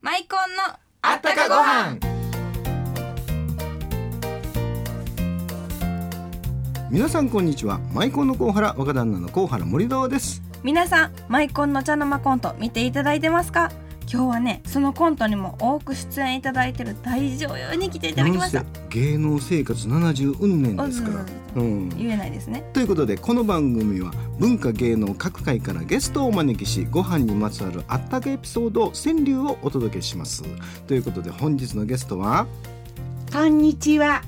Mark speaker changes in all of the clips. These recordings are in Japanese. Speaker 1: マイコンの
Speaker 2: あったかご飯
Speaker 3: 皆さんこんにちはマイコンのコウハラ若旦那のコウハラ森川です
Speaker 1: 皆さんマイコンの茶の間コント見ていただいてますか今日はねそのコントにも多く出演いただいてる大女優に来ていただきました
Speaker 3: なんせ芸能生活70運年ですからうん
Speaker 1: 言えないですね
Speaker 3: ということでこの番組は文化芸能各界からゲストをお招きしご飯にまつわるあったかエピソード川柳をお届けしますということで本日のゲストは
Speaker 2: こんにちは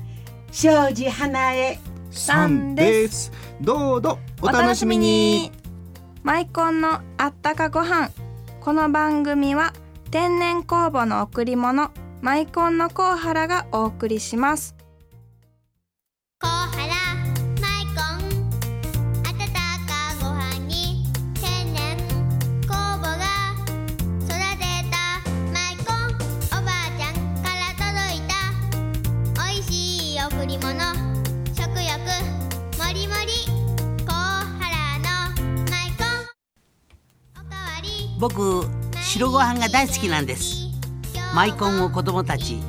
Speaker 2: 庄司花江
Speaker 1: さんです
Speaker 3: どうぞお楽しみに
Speaker 1: マイコンのあったかご飯この番組は天然酵母の贈り物マイコンのコウハラがお送りします
Speaker 4: コウハラマイコン温かご飯に天然酵母が育てたマイコンおばあちゃんから届いたおいしい贈り物食欲もりもりコウハラのマイコンおかわり
Speaker 5: 僕白ご飯が大好きなんですマイコンを子供たち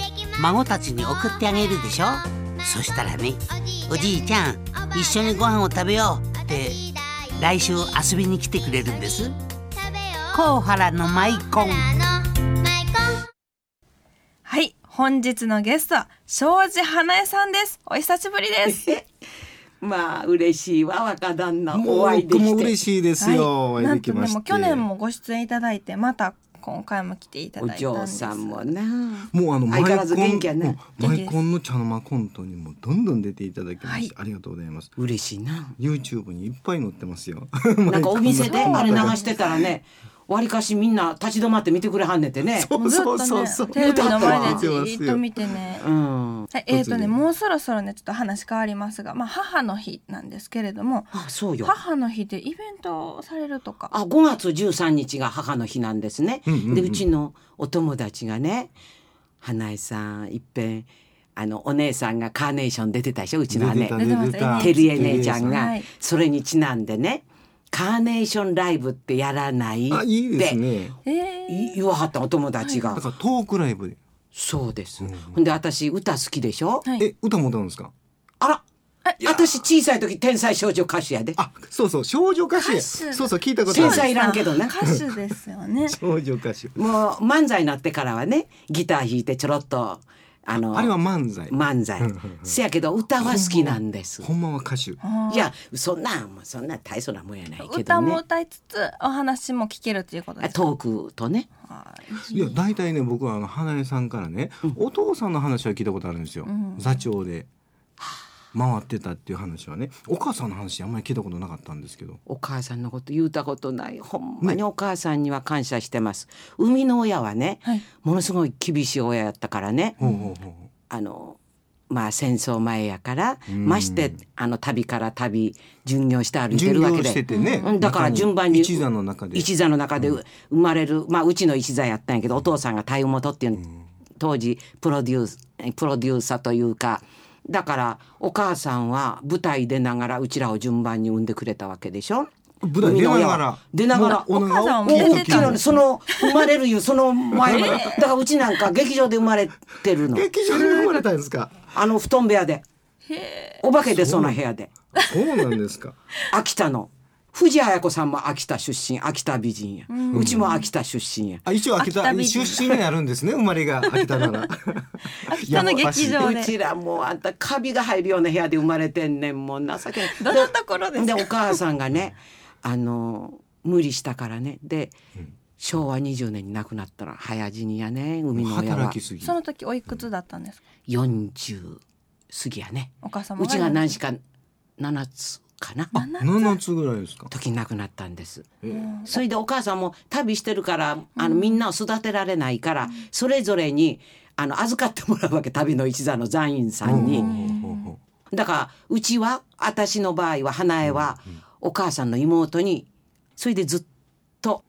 Speaker 5: 孫たちに送ってあげるでしょそしたらねおじいちゃん一緒にご飯を食べようって来週遊びに来てくれるんですコウハラのマイコン
Speaker 1: はい本日のゲストは庄司花江さんですお久しぶりです
Speaker 2: まあ嬉しいわ若旦那
Speaker 3: も
Speaker 2: お会
Speaker 3: う
Speaker 2: いで
Speaker 3: 僕も
Speaker 2: き
Speaker 3: 嬉
Speaker 2: て
Speaker 3: しいですよ、
Speaker 1: は
Speaker 3: お
Speaker 1: い、な
Speaker 3: 会い
Speaker 1: ん
Speaker 3: でき
Speaker 1: と
Speaker 3: ま
Speaker 1: ね
Speaker 3: し
Speaker 1: も
Speaker 3: て
Speaker 1: う去年もご出演いただいてまた今回も来ていただ
Speaker 2: お
Speaker 1: いたんです
Speaker 2: 嬢さんもな
Speaker 3: もうあのマイ
Speaker 2: 相変わ
Speaker 3: コ
Speaker 2: らず元気や
Speaker 3: ン、
Speaker 2: ね
Speaker 3: うんマイコンの茶の間コントにもどんどん出ていただきまして、ありがとうございます。
Speaker 2: 嬉しいな
Speaker 3: YouTube にいっぱい載ってますよ。
Speaker 2: なんかお店で
Speaker 1: そう
Speaker 2: あれ流してたらねわりかしみんな立ち止まって見てくれはんねってね
Speaker 3: そうそうそうそう。
Speaker 1: もずっとねテレビの前
Speaker 3: 出て
Speaker 1: で
Speaker 3: ま
Speaker 1: じー
Speaker 3: す
Speaker 1: っと
Speaker 3: よ
Speaker 1: 見てね
Speaker 2: うん
Speaker 1: はい、えーとね、もうそろそろねちょっと話変わりますが、まあ、母の日なんですけれども
Speaker 2: あそうよ
Speaker 1: 母の日でイベントをされるとか
Speaker 2: あ5月13日が母の日なんですね。
Speaker 3: うんうんうん
Speaker 2: でうちのお友達がね花江さんいっぺんあのお姉さんがカーネーション出てたでしょうちの
Speaker 3: 出て
Speaker 2: 姉
Speaker 3: た
Speaker 1: 出てま
Speaker 3: 出
Speaker 1: す
Speaker 3: てた。
Speaker 2: 照江姉ちゃん
Speaker 1: は
Speaker 2: が
Speaker 1: い
Speaker 2: それにちなんでねカーネーションライブってやらない
Speaker 3: あ、いい
Speaker 2: っ
Speaker 3: です
Speaker 2: て
Speaker 3: ね。
Speaker 1: え
Speaker 2: い
Speaker 1: ー、
Speaker 2: 言わはったお友達が、
Speaker 3: だからトークライブで。
Speaker 2: そうです、
Speaker 3: うん
Speaker 2: ほんで私歌好きでしょ、
Speaker 1: はい
Speaker 3: え、歌も歌うんですか。
Speaker 2: あら
Speaker 1: え
Speaker 2: 私小さい時天才少女歌手やで
Speaker 3: あ、そうそう、少女歌
Speaker 1: 歌
Speaker 3: 手。
Speaker 1: 手
Speaker 3: そうそう、聞いたこと
Speaker 2: 繊
Speaker 3: あ
Speaker 2: 細
Speaker 3: る。
Speaker 2: いらんけどな
Speaker 1: 歌手ですよ ね
Speaker 3: 少女歌手。
Speaker 2: もう漫才になってからはねギター弾いてちょろっとあの
Speaker 3: あれは漫才。
Speaker 2: 漫才
Speaker 3: うんうんうん
Speaker 2: せやけど歌は好きなんです
Speaker 3: ほんまは歌手。
Speaker 1: あー
Speaker 2: いやそんなんもうそんな大層なもんやないけ
Speaker 1: 歌
Speaker 2: ど
Speaker 1: も
Speaker 2: ね
Speaker 1: 歌いつつお話も聞けるということです
Speaker 2: トークとね
Speaker 1: はい
Speaker 3: や、大体ね、僕はあの花江さんからね、お父さんの話は聞いたことあるんですよ。
Speaker 1: ん
Speaker 3: 座長で。回ってたっていう話はね、お母さんの話あんまり聞いたことなかったんですけど。
Speaker 2: お母さんのこと言うたことないほんまにお母さんには感謝してます生みの親はね、
Speaker 1: はい
Speaker 2: ものすごい厳しい親やったからね
Speaker 3: ほうほうほうほ
Speaker 2: あのまあ戦争前やから
Speaker 3: ん
Speaker 2: ましてあの旅から旅巡業して
Speaker 3: う。
Speaker 2: 歩いて
Speaker 3: 巡
Speaker 2: るわけ
Speaker 3: 業
Speaker 2: で
Speaker 3: しててね
Speaker 2: う。んだから順番に
Speaker 3: 一座の中で。
Speaker 2: 一座の中でう生まれる、まあ、うちの一座やったんやけどお父さんが大元っていう、当時プロデュースプロデューサーというかだからお母さんは舞台出ながらうちらを順番に産んでくれたわけでしょ
Speaker 3: 舞台出ながら。
Speaker 2: 出ながら
Speaker 3: お
Speaker 1: お母さんは
Speaker 3: 腹を
Speaker 1: もう
Speaker 3: 大
Speaker 2: 大
Speaker 3: き
Speaker 2: き
Speaker 3: い
Speaker 2: い
Speaker 3: 時
Speaker 2: のにその生まれるいうその前までだからうちなんか劇場で生まれてるの
Speaker 3: 劇場で生まれたんですか。
Speaker 2: あの布団部屋でお化け出そうな部屋で
Speaker 3: そうなんですか。
Speaker 2: 秋田の藤あや子さんも秋田出身秋田美人や、うちも秋田出身や
Speaker 3: あ、一応秋田
Speaker 1: 秋田美人
Speaker 3: 出身になるんですね。生まれが秋田なら。
Speaker 1: 秋田の劇場
Speaker 2: う
Speaker 1: で
Speaker 2: ちらもうあんたカビが入るような部屋で生まれてんねんもう情けない
Speaker 1: どんなところですか
Speaker 2: でお母さんがねあの無理したからねで、昭和20年に亡くなったら早死にやね海の親
Speaker 3: 働
Speaker 2: は
Speaker 3: きすぎ。
Speaker 1: その時おいくつだったんですか
Speaker 2: 40過ぎやね
Speaker 1: お母様
Speaker 2: うちが何しか7つかな
Speaker 3: 七つぐらいですか。
Speaker 2: 時に亡くなったんです
Speaker 3: えー
Speaker 2: それでお母さんも旅してるからあのみんなを育てられないから、それぞれにあの預かってもらうわけ旅の一座の座員さんに。
Speaker 3: ほうほう
Speaker 2: だからうちは私の場合は花江はお母さんの妹にそれでずっと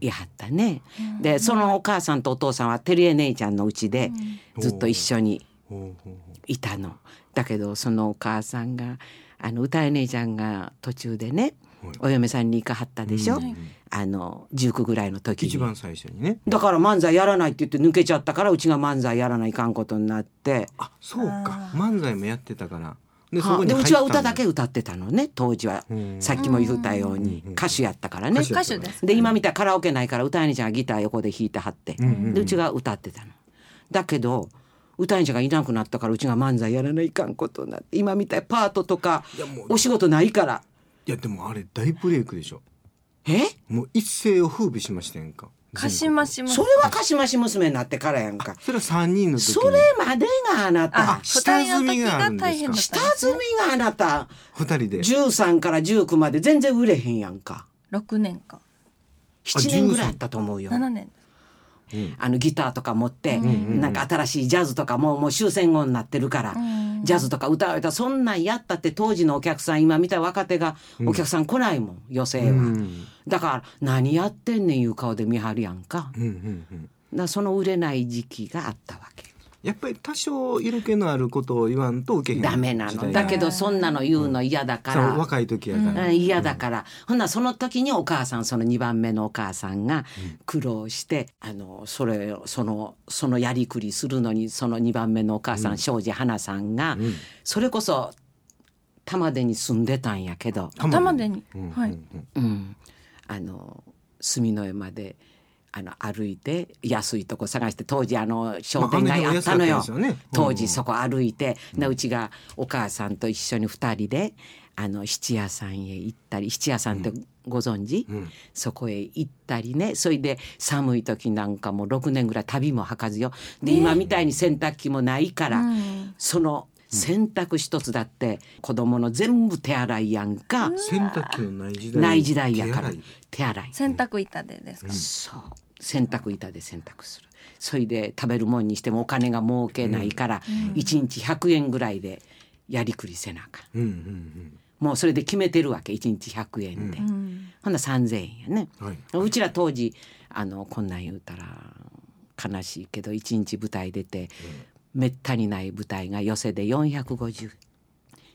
Speaker 2: いはったね。でそのお母さんとお父さんは照江姉ちゃんのうちでずっと一緒に
Speaker 3: ほうほうほう
Speaker 2: いたの。だけどそのお母さんがあの歌江姉ちゃんが途中でねお嫁さんに行かはったでしょ、
Speaker 3: うんうん
Speaker 2: あの19ぐらいの時
Speaker 3: 一
Speaker 2: に
Speaker 3: 番最初にね
Speaker 2: だから漫才やらないって言って抜けちゃったからうちが漫才やらないかんことになって
Speaker 3: あそうか漫才もやってたからで
Speaker 2: はあで
Speaker 3: 入っ
Speaker 2: う
Speaker 3: た
Speaker 2: ち
Speaker 3: ん
Speaker 2: は歌だけ歌ってたのね当時は
Speaker 3: うん
Speaker 2: さっきも言ったように
Speaker 3: うん
Speaker 2: 歌手やったからね
Speaker 3: 歌手やった
Speaker 6: 歌手です
Speaker 2: で今見たらカラオケないから歌いにちゃんがギター横で弾いてはって
Speaker 3: うんうんうん
Speaker 2: でうちが歌ってたのだけど歌いにちゃんがいなくなったからうちが漫才やらないかんことになって今みたいにパートとか
Speaker 3: いやもう
Speaker 2: お仕事ないから
Speaker 3: いやでもあれ大ブレイクでしょ
Speaker 2: え
Speaker 3: もう一世を風靡しましたやんか
Speaker 1: かしましま
Speaker 2: それはかしまし娘になってからやんか
Speaker 3: それは三人の時に
Speaker 2: それまでがあな
Speaker 3: あ
Speaker 2: た
Speaker 3: 下積みがあるん
Speaker 1: 二人
Speaker 3: で
Speaker 1: の
Speaker 3: す
Speaker 1: 時
Speaker 2: 下積みがあなた
Speaker 3: か二人で
Speaker 2: 13から19まで全然売れへんやんか
Speaker 1: 6年か
Speaker 2: 7年ぐらいあったと思うよ
Speaker 1: 7年
Speaker 2: あのギターとか持って、なんか新しいジャズとかももう終戦後になってるから、ジャズとか歌われたらそんなんやったって当時のお客さん今見た若手がお客さん来ないもん余生は、
Speaker 3: うん
Speaker 2: だから何やってんねんいう顔で見張るやんか,、
Speaker 3: うんうんうん
Speaker 2: だからその売れない時期があったわけ
Speaker 3: やっぱり多少色気のあることを言わんと受けへん
Speaker 2: ダメな
Speaker 3: 時代
Speaker 2: の
Speaker 3: が
Speaker 2: だけどそんなの言うの嫌だか
Speaker 3: そ
Speaker 2: ら、
Speaker 3: の若い時やから、
Speaker 2: うん嫌だから、ほんならその時にお母さんその2番目のお母さんが苦労して、あのそれをそのそのやりくりするのにその2番目のお母さん、庄司花さんが、それこそ玉出に住んでたんやけど、
Speaker 3: 玉
Speaker 1: 玉でに、
Speaker 3: うん
Speaker 1: はい、
Speaker 2: うん、あの住の江まであの歩いて安いとこ探して当時あの商店街
Speaker 3: まあ
Speaker 2: あったのよ,、
Speaker 3: あの辺は安かったですよね
Speaker 2: 当時そこ歩いて、なうちがお母さんと一緒に2人であの質屋さんへ行ったり質屋さんってご存知、そこへ行ったりねそれで寒い時なんかもう6年ぐらい旅も履かずよで今みたいに洗濯機もないから、その洗濯一つだって子供の全部手洗いやんか。
Speaker 3: 洗濯機のない時代
Speaker 2: ない時代やから
Speaker 3: 手洗い
Speaker 2: 手洗い
Speaker 1: 洗濯板でですか、
Speaker 2: そう洗濯板で洗濯するそれで食べるもんにしてもお金が儲けないから1日100円ぐらいでやりくりせなあかん
Speaker 3: うんうん
Speaker 2: もうそれで決めてるわけ1日100円で、ほんなら3,000円やね、
Speaker 3: はいう
Speaker 2: ちら当時あのこんなん言うたら悲しいけど1日舞台出て、めったにない舞台が寄せで450円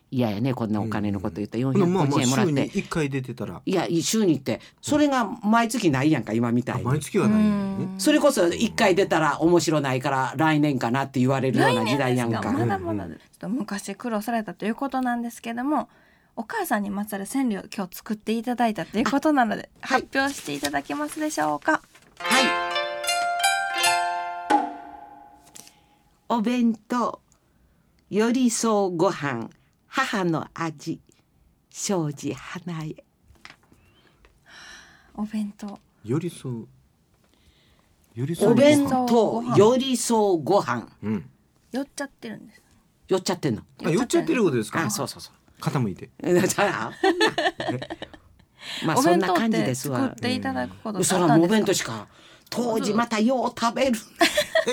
Speaker 2: 嫌ややねこんなお金のこと言ったら
Speaker 3: うんまあま
Speaker 2: 450
Speaker 3: あ
Speaker 2: 円もらっ
Speaker 3: 週に
Speaker 2: て。
Speaker 3: 一回出てたら
Speaker 2: いや週にってそれが毎月ないやんか今みたいに
Speaker 3: 毎月はないよね
Speaker 2: それこそ一回出たら面白ないから来年かなって言われるような時代やんか。
Speaker 1: まだまだですちょっと昔苦労されたということなんですけどもお母さんにまつわる川柳を今日作っていただいたということなので
Speaker 2: はい
Speaker 1: 発表していただけますでしょうか、
Speaker 2: はい。お弁当、寄り添うご飯、母の味、庄司花江。
Speaker 1: お弁当
Speaker 3: 寄り添う寄り添う
Speaker 2: お弁
Speaker 1: ご
Speaker 2: 当、
Speaker 1: 飯
Speaker 2: 寄り添うご飯。
Speaker 3: うん
Speaker 1: 寄っちゃってるんです
Speaker 2: 寄っちゃってんの。
Speaker 3: あ寄っちゃってることですか
Speaker 2: あ、そうそうそう。
Speaker 3: 傾いて
Speaker 2: だ から。まあ
Speaker 1: お
Speaker 2: そん
Speaker 1: 弁
Speaker 2: な
Speaker 1: 当
Speaker 2: 感
Speaker 1: っ
Speaker 2: じで
Speaker 1: て
Speaker 2: す
Speaker 1: 作っ
Speaker 2: わ。
Speaker 1: ていただくことって
Speaker 2: そ
Speaker 1: あ
Speaker 2: ら
Speaker 1: ったん
Speaker 2: もうお
Speaker 1: です
Speaker 2: 弁
Speaker 1: か
Speaker 2: 当しか。当時またよう食べる。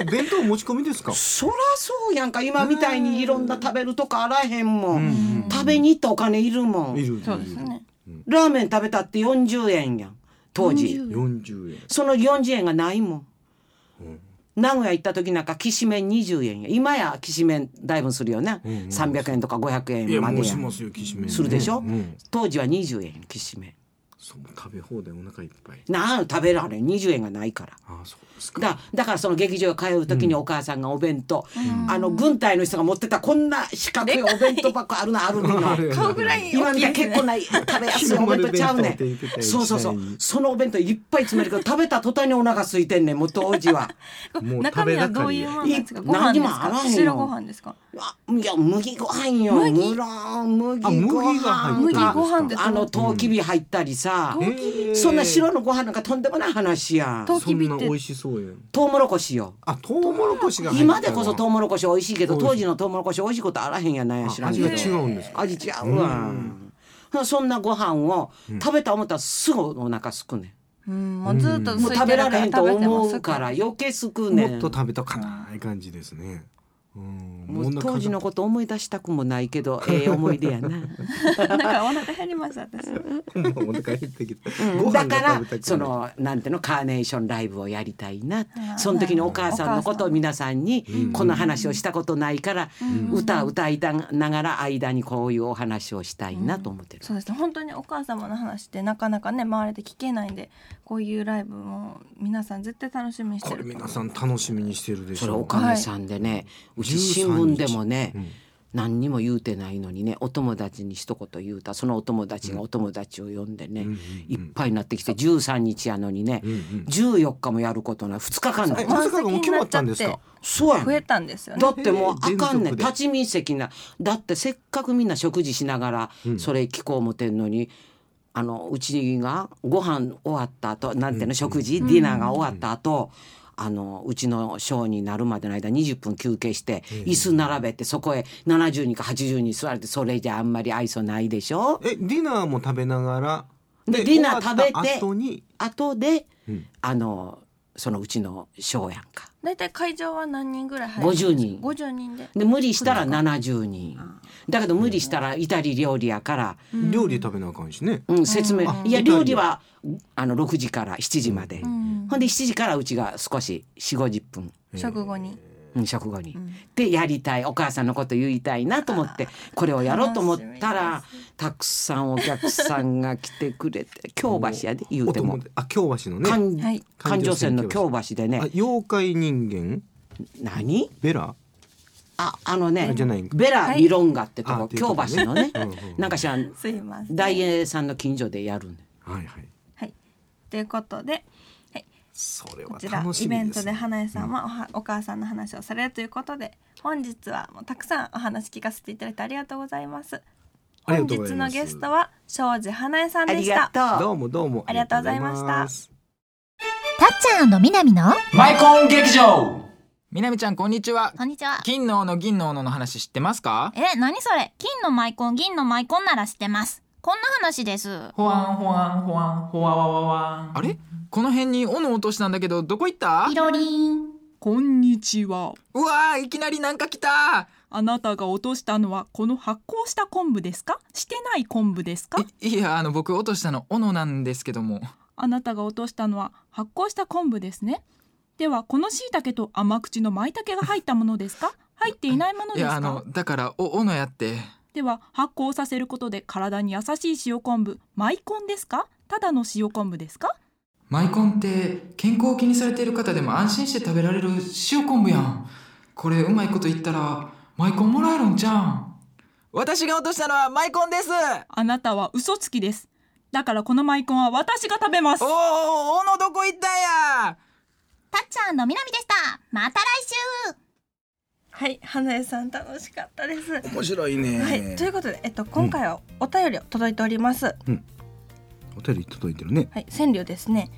Speaker 3: え弁当持ち込みですか
Speaker 2: そらそうやんか今みたいにいろんな食べるとかあらへんもん、食べに行ったお金いるもん、
Speaker 3: いる
Speaker 1: そうですね
Speaker 2: ラーメン食べたって40円やん当時
Speaker 3: 四十円
Speaker 2: その40円がないもん、名古屋行った時なんかきしめん20円や今やきしめんだいぶするよね、300円とか500
Speaker 3: いや
Speaker 2: 円ま
Speaker 3: もう
Speaker 2: で
Speaker 3: し
Speaker 2: やん
Speaker 3: ますよきしめんね
Speaker 2: するでしょ、
Speaker 3: うん
Speaker 2: 当時は20円きしめん
Speaker 3: そう食べ放題お腹いっぱい
Speaker 2: なあ食べられん20円がないから
Speaker 3: あそうですか
Speaker 2: だだからその劇場へ通う時にお母さんがお弁当、あの軍隊の人が持ってたこんな四角いお弁当箱あるのあるのよ
Speaker 1: 買うぐらい大
Speaker 2: 今み
Speaker 1: き
Speaker 2: た
Speaker 1: い
Speaker 2: い
Speaker 1: です
Speaker 2: に結
Speaker 1: ね
Speaker 2: 構ない食べやすいお弁当ちゃうね
Speaker 3: 日の丸弁当って言ってたよ
Speaker 2: んそうそうそう
Speaker 3: 時代に
Speaker 2: そのお弁当いっぱい詰めるけど食べた途端にお腹空いてんねんもう当時は
Speaker 3: もう
Speaker 1: 中
Speaker 3: 食
Speaker 1: 身
Speaker 3: べ
Speaker 1: は
Speaker 3: だ
Speaker 1: ど
Speaker 3: か
Speaker 1: う
Speaker 3: り
Speaker 1: いう
Speaker 3: や
Speaker 1: ものなんですかご飯です
Speaker 2: い何にもあら
Speaker 1: か
Speaker 2: へんよ
Speaker 1: 白ご飯ですか
Speaker 2: あいや麦ご飯よ
Speaker 1: 麦
Speaker 2: むらん麦ご
Speaker 3: あ
Speaker 1: 麦
Speaker 3: 麦が入
Speaker 2: 飯
Speaker 3: ってる
Speaker 1: ご飯です
Speaker 2: あのとうきび入ったりさ、
Speaker 1: うん
Speaker 3: へえ
Speaker 2: そんな白のご飯なんかとんでもない話や
Speaker 1: とう
Speaker 3: そ
Speaker 1: きび
Speaker 3: ん
Speaker 1: っ
Speaker 3: な
Speaker 1: て
Speaker 3: 美味しそうやん
Speaker 2: とうもろこしよ
Speaker 3: あトウモロコシが入ってたわ
Speaker 2: 今でこそトウモロコシ美味しいけど当時のトウモロコシ美味しいことあらへんやないや知らんけ
Speaker 3: 味
Speaker 2: ど
Speaker 3: が違うんですか
Speaker 2: 味違うわ、そんなご飯を食べた思ったらすぐお腹すくねん
Speaker 1: うんもうずっと
Speaker 2: もう食べられへんと
Speaker 1: 空いてる
Speaker 2: 思うから
Speaker 1: 食べてます
Speaker 2: 余計すくうね
Speaker 3: も
Speaker 2: ん
Speaker 3: っと食べたかない感じですねうん
Speaker 2: も
Speaker 3: もう
Speaker 2: う当 時のこと思い出したくもないけど、ええ思い出やな。
Speaker 1: なんかお腹減ります私。
Speaker 3: お腹減ってきた。
Speaker 2: うん
Speaker 3: ご
Speaker 2: だ
Speaker 3: 飯
Speaker 2: か
Speaker 3: が
Speaker 2: ら
Speaker 3: 食べたくなる
Speaker 2: そのなんていうのカーネーションライブをやりたいな
Speaker 1: ー
Speaker 2: その時にお母さんのことを皆さんに
Speaker 3: うん
Speaker 2: この話をしたことないから歌歌いながら間にこういうお話をしたいなと思ってる。
Speaker 1: そうですね本当にお母様の話ってなかなかね周りで聞けないんでこういうライブも皆さん絶対楽しみにして
Speaker 3: こ
Speaker 1: る
Speaker 3: れ
Speaker 1: と思う
Speaker 3: 皆さん楽しみにしてるでしょ
Speaker 2: それおかげさんでね、うち新聞でもね、何にも言うてないのにねお友達に一言言うたそのお友達がお友達を呼んでね、
Speaker 3: うん
Speaker 2: いっぱいになってきて13日やのにね、
Speaker 3: うんうん
Speaker 2: 14日もやることない2日間だ
Speaker 3: え
Speaker 2: よ
Speaker 3: まさかもう決まったんですか
Speaker 2: そうや
Speaker 1: 増
Speaker 2: ね
Speaker 1: え
Speaker 2: ん
Speaker 1: たんですよね
Speaker 2: だってもうあかんね
Speaker 3: 連続
Speaker 2: ん
Speaker 3: で
Speaker 2: 立ち見席なだってせっかくみんな食事しながら
Speaker 3: うん
Speaker 2: それ聞こう思てんのに、あのうちがご飯終わった後なんていうの食事、ディナーが終わった後、あのうちのショーになるまでの間20分休憩して椅子並べてそこへ70人か80人座れてそれじゃあんまり愛想ないでしょ
Speaker 3: えディナーも食べながら
Speaker 2: でディナー
Speaker 3: 終わった
Speaker 2: 食べて
Speaker 3: 後に
Speaker 2: 後で、
Speaker 3: うん
Speaker 2: あのそのうちのショーやんか
Speaker 1: 大体会場は何人ぐらい入
Speaker 2: 50人
Speaker 1: 50人で
Speaker 2: で無理したら70人だけど無理したらイタリ料理やから、
Speaker 3: 料理食べなあかんしね
Speaker 2: うん、説明、
Speaker 3: うん
Speaker 2: いや
Speaker 3: イタリア
Speaker 2: 料理はあの6時から7時まで、
Speaker 1: ん
Speaker 2: ほんで7時からうちが少し4 5 0分、
Speaker 1: 食後に
Speaker 2: うん、食後に。でやりたいお母さんのこと言いたいなと思ってこれをやろうと思ったらたくさんお客さんが来てくれて京橋やで言うて
Speaker 3: お
Speaker 2: も
Speaker 3: 友達あ京橋のね
Speaker 2: 環
Speaker 1: はい
Speaker 2: 環状線の京橋でね
Speaker 3: あ妖怪人間
Speaker 2: 何
Speaker 3: ベラ
Speaker 2: ああのね
Speaker 3: じゃないんか
Speaker 2: ベラ・ミロンガってと
Speaker 3: は
Speaker 2: こ
Speaker 3: いあ
Speaker 2: 京橋のね
Speaker 3: ということねうんうん
Speaker 2: なんかしら
Speaker 1: すいません
Speaker 2: 大栄さんの近所でやるんだよ
Speaker 3: はいはい
Speaker 1: はいということで
Speaker 3: それ
Speaker 1: こ
Speaker 3: は
Speaker 1: ちら
Speaker 3: 楽し
Speaker 1: イベ
Speaker 3: み
Speaker 1: ン
Speaker 3: で
Speaker 1: ト
Speaker 3: す
Speaker 1: で
Speaker 3: ね
Speaker 1: 花江さんはおはお母さんの話をされるということで本日はもうたくさんお話聞かせていただいてありがとうございます
Speaker 3: あり
Speaker 1: 本
Speaker 3: がとうご
Speaker 1: 日
Speaker 3: ざい
Speaker 1: の
Speaker 3: ます
Speaker 1: ゲストは庄司花江さん
Speaker 2: あ
Speaker 1: で
Speaker 2: り
Speaker 1: し
Speaker 2: が
Speaker 1: た
Speaker 2: とう
Speaker 3: どうもどうも
Speaker 1: ありがとうございました
Speaker 3: ありがとうございす
Speaker 6: たっちゃん南の
Speaker 7: マイコン劇場
Speaker 8: みなみちゃんこんにちは
Speaker 6: こんにちは
Speaker 7: 金の斧銀の斧の話知ってますか
Speaker 6: え何それ金のマイコン銀のマイコンなら知ってますこんな話です
Speaker 7: ほわんほわんほわんほわわわわんあれこの辺に斧落としたんだけどどこ行った
Speaker 6: いろりん
Speaker 9: こんにちは。
Speaker 7: うわーいきなりなんか来た
Speaker 9: あなたが落としたのはこの発酵した昆布ですかしてない昆布ですか
Speaker 7: いいやあの僕落としたの斧なんですけども
Speaker 9: あなたが落としたのは発酵した昆布ですね。ではこの椎茸と甘口の舞茸が入ったものですか入っていないもの
Speaker 7: い
Speaker 9: です
Speaker 7: やあ
Speaker 9: か
Speaker 7: のだからお斧やって
Speaker 9: では発酵させることで体に優しい塩昆布、舞昆ですかただの塩昆布ですか
Speaker 7: マイコンって健康を気にされている方でも安心して食べられる塩昆布やんこれうまいこと言ったらマイコンもらえるんじゃん私が落としたのはマイコンです
Speaker 9: あなたは嘘つきです。だからこの舞昆は私が食べます
Speaker 7: お。お斧どこ行ったんや
Speaker 6: たっちゃんの南でしたまた来週
Speaker 1: はい花江さん楽しかったです
Speaker 3: 面白いね、
Speaker 1: はい、ということで、えっと、今回はお便りを届いております。
Speaker 3: お便り届いてるね
Speaker 1: はい、川柳ですね。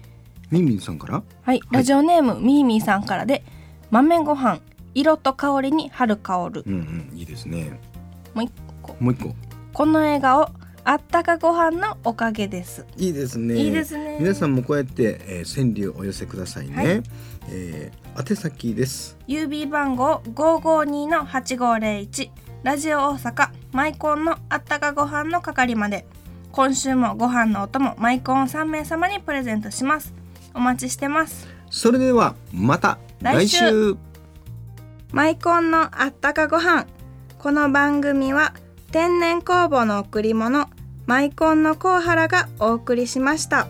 Speaker 3: みんみんさんから
Speaker 1: はい、ラジオネーム、みーみーさんからで、豆ご飯、色と香りに春香る。
Speaker 3: うんうんいいですね
Speaker 1: もう一個、
Speaker 3: もう一個
Speaker 1: この笑顔、あったかご飯のおかげです。
Speaker 3: いいですね
Speaker 1: いいですね
Speaker 3: 皆さんもこうやって、えー、川柳お寄せくださいね、
Speaker 1: はい
Speaker 3: えー宛先です
Speaker 1: 郵便番号五五二の八五零一。ラジオ大阪、マイコンのあったかご飯の係まで。今週もご飯のお供、マイコンを三名様にプレゼントします。お待ちしてます。
Speaker 3: それではまた
Speaker 1: 来週
Speaker 3: 来週
Speaker 1: マイコンのあったかご飯この番組は天然酵母の贈り物マイコンのコウハラがお送りしました。